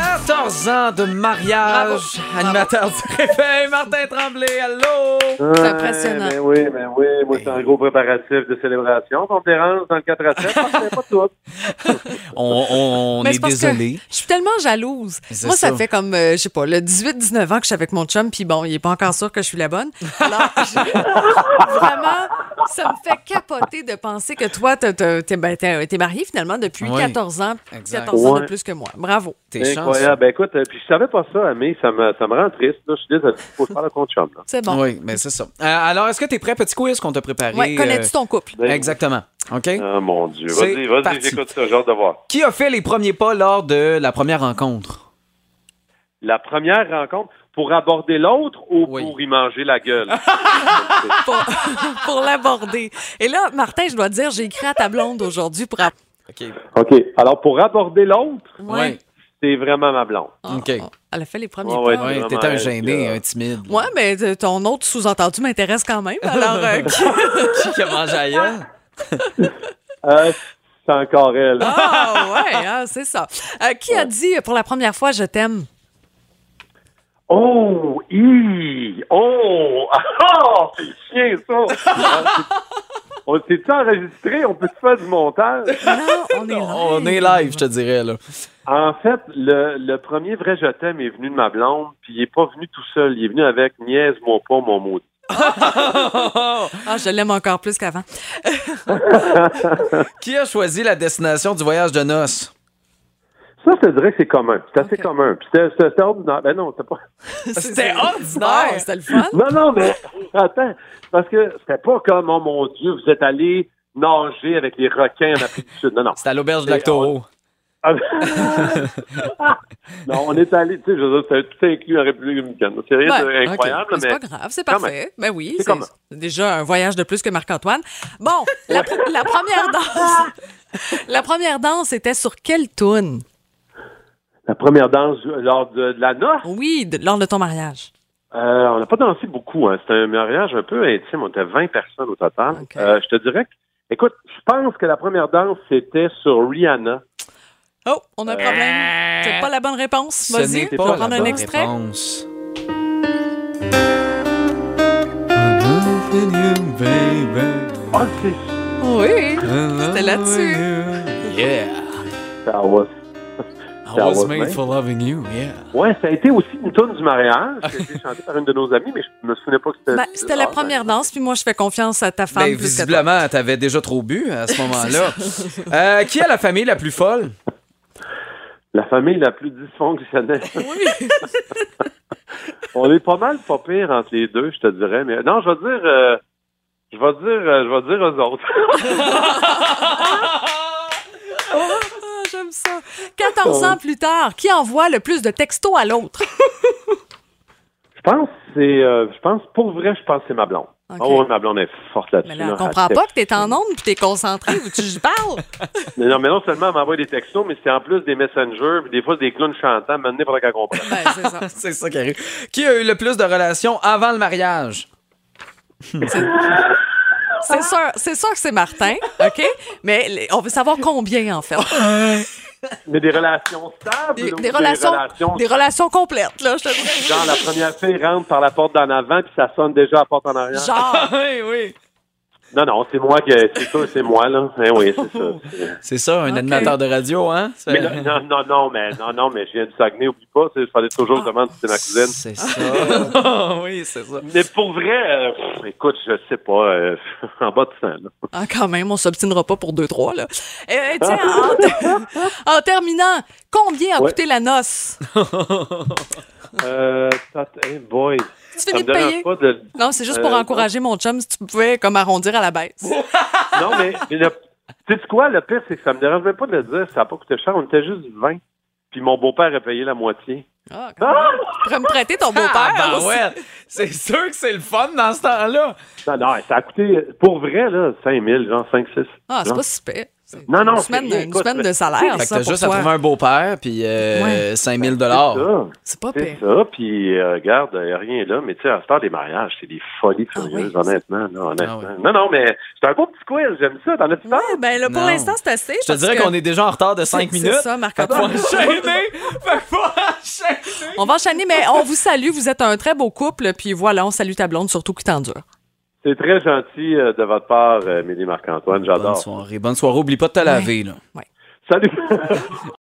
14 ans de mariage, animateur du réveil, Martin Tremblay, allô! C'est impressionnant. Ben oui, ben oui. Moi, c'est un gros préparatif de célébration. On me dérange dans le 4 à 7, parce que c'est pas tout. On, on- on Mais est c'est parce que désolé. Je suis tellement jalouse. C'est Moi, ça, ça. fait comme, euh, je sais pas, le 18-19 ans que je suis avec mon chum, puis bon, il est pas encore sûr que je suis la bonne. Alors, je- vraiment, ça me fait capoter de penser que toi, t'as- t'as- t'es ben, t'es- t'es marié finalement depuis Oui. 14 ans, Exact. 14 ans de Ouais. plus que moi. Bravo. T'es chanceux. Incroyable. Ben, écoute, euh, puis je savais pas ça, mais ça me, ça me rend triste. Là. Je suis désolé. Faut que je parle à ton chum. Là. C'est bon. Oui, mais c'est ça. Euh, alors, est-ce que t'es prêt, petit quiz qu'on t'a préparé? Ouais, connais-tu ton couple? euh, Exactement. OK? Ah, mon Dieu. C'est Vas-y, vas-y, parti. j'écoute ça. J'ai hâte de voir. Qui a fait les premiers pas lors de la première rencontre? La première rencontre, pour aborder l'autre ou Oui. pour y manger la gueule? pour, pour l'aborder. Et là, Martin, je dois te dire, j'ai écrit à ta blonde aujourd'hui pour. app- OK. OK. Alors, pour aborder l'autre, Oui. c'est vraiment ma blonde. Ah, OK. ah, Elle a fait les premiers Ouais, pas. ouais, Oui, Vraiment, euh, t'étais un elle, gêné, là. un timide. Moi, mais euh, ton autre sous-entendu m'intéresse quand même. Alors, euh, qui- Qui qui a mangé ailleurs? Euh, c'est encore elle. Ah, ouais, hein, c'est ça. Euh, qui a dit euh, pour la première fois je t'aime? Oh, i, oh, ah, c'est chien ça. on s'est enregistré, on peut faire du montage. Non, on est là. On est live, je te dirais, là. En fait, le, le premier vrai je t'aime est venu de ma blonde, puis il est pas venu tout seul, il est venu avec niaise-moi pas mon maudit. Oh! Ah, je l'aime encore plus qu'avant. Qui a choisi la destination du voyage de noces? Ça, je te dirais que c'est commun. C'est assez Ok. commun. Puis c'était- c'était c'était ordinaire. Ben non, c'était pas. C'était Ah, ordinaire! c'était le fun. Non, non, mais attends. Parce que c'était pas comme, oh mon Dieu, vous êtes allé nager avec les requins en Afrique du Sud. Non, non. C'était à l'auberge de Lactoro. Ah, non, on est allé, tu sais, je veux dire, c'est tout inclus en République dominicaine. C'est rien Ouais, de incroyable, Ben, OK. C'est mais. pas grave, c'est Quand parfait. Ben oui, C'est c'est comme- c'est déjà un voyage de plus que Marc-Antoine. Bon, la, pr- la première danse. la première danse était sur quelle tune? La première danse euh, lors de, de la noce, Oui, de- lors de ton mariage. euh, on n'a pas dansé beaucoup. Hein. C'était un mariage un peu intime. On était 20 personnes au total. Ok. Euh, je te dirais que. Écoute, je pense que la première danse, c'était sur Rihanna. Oh, on a un problème. C'est pas la bonne réponse. Vas-y, on va prendre un extrait. réponse. Oh, c'est. Oui. C'était là-dessus. Yeah. Ça was. I Ça was was made made. for loving you, yeah. Ouais, ça a été aussi une tune du mariage qui a été chantée par une de nos amies, mais je me souvenais pas que c'était. Ben, C'était la Ah, ben, première danse, puis moi, je fais confiance à ta femme. Ben, plus que toi. visiblement, t'avais déjà trop bu à ce moment-là. Euh, qui a la famille la plus folle? La famille la plus dysfonctionnelle. Oui. On est pas mal pas pire entre les deux, je te dirais. Mais non, je vais dire, euh, je vais dire, euh, je vais dire aux autres. Ah, J'aime ça. Oh. 14 ans plus tard, qui envoie le plus de textos à l'autre? je pense, que c'est, euh, je pense pour vrai, je pense que c'est ma blonde. Ok. Oh, ouais, ma blonde est forte là-dessus. Mais là, là. on comprend Elle pas que texte. t'es en onde puis t'es concentré ou tu je parles. Mais non, mais non seulement elle m'envoie des textos, mais c'est en plus des messengers, puis des fois des clowns chantants, maintenant pour qu'elle comprenne. Ben, c'est ça. C'est ça qui arrive. Qui a eu le plus de relations avant le mariage? C'est sûr, c'est sûr que c'est Martin, OK? Mais les- on veut savoir combien, en fait. Mais des relations stables, Des, ou des relations, relations- des relations complètes, là, je te dis. Genre, la première fille rentre par la porte d'en avant, puis ça sonne déjà à la porte en arrière. Genre, oui, oui. Non, non, c'est moi qui. C'est ça, c'est moi, là. Eh oui, c'est ça. c'est- C'est ça, un animateur de radio, hein? C'est- Mais là, non, non, non, mais non, non, mais je viens du Saguenay, oublie pas, il fallait toujours Ah. que je demande si c'est ma cousine. C'est ça. oui, c'est ça. Mais pour vrai, euh, pff, écoute, je sais pas, euh, en bas de 100, là. ah, quand même, on s'obstinera pas pour deux, trois, là. Euh, tiens, en, en terminant, combien a Ouais. coûté la noce? Euh, tat- hey boy, Tu ça me finis de dérange payer? pas de... Non, c'est juste pour Euh, encourager mon chum si tu pouvais comme arrondir à la baisse. Non, mais, mais le- tu sais quoi, le pire, c'est que ça me dérange même pas de le dire, ça a pas coûté cher, on était juste 20, puis mon beau-père a payé la moitié. Ah, quand même. Tu pourrais me prêter ton beau-père. Ah, ben aussi. ouais. C'est sûr que c'est le fun dans ce temps-là. Non, non, ça a coûté, pour vrai, là, 5 000, genre 5 6 Ah, c'est Non. pas super. C'est Non, non, Une c'est semaine, rien, une écoute, semaine mais- de salaire, Fait que Ah, ça, t'as pour juste à toi. trouver un beau-père, puis euh, 5000 dollars. Ça, C'est pas pire. C'est ça, puis euh, regarde, il a rien là, mais tu sais, à ce temps des mariages, c'est des folies Ah oui. furieuses, honnêtement, là, honnêtement. Ah oui. Non, non, mais c'est un beau petit quiz, j'aime ça, t'en as-tu Ouais, ben là, pour Non. l'instant, c'est assez. Je te dirais qu'on est déjà en retard de 5 C'est- minutes. c'est ça, Marc-Antoine. Fait qu'on va enchaîner. Fait qu'on va On va enchaîner, mais on vous salue. Vous êtes un très beau couple. Puis voilà, on salue ta blonde, surtout qui t'endure. C'est très gentil euh, de votre part, euh, Émilie Marc-Antoine. Bonne J'adore. soirée. Bonne soirée. Oublie pas de te laver, là. Salut.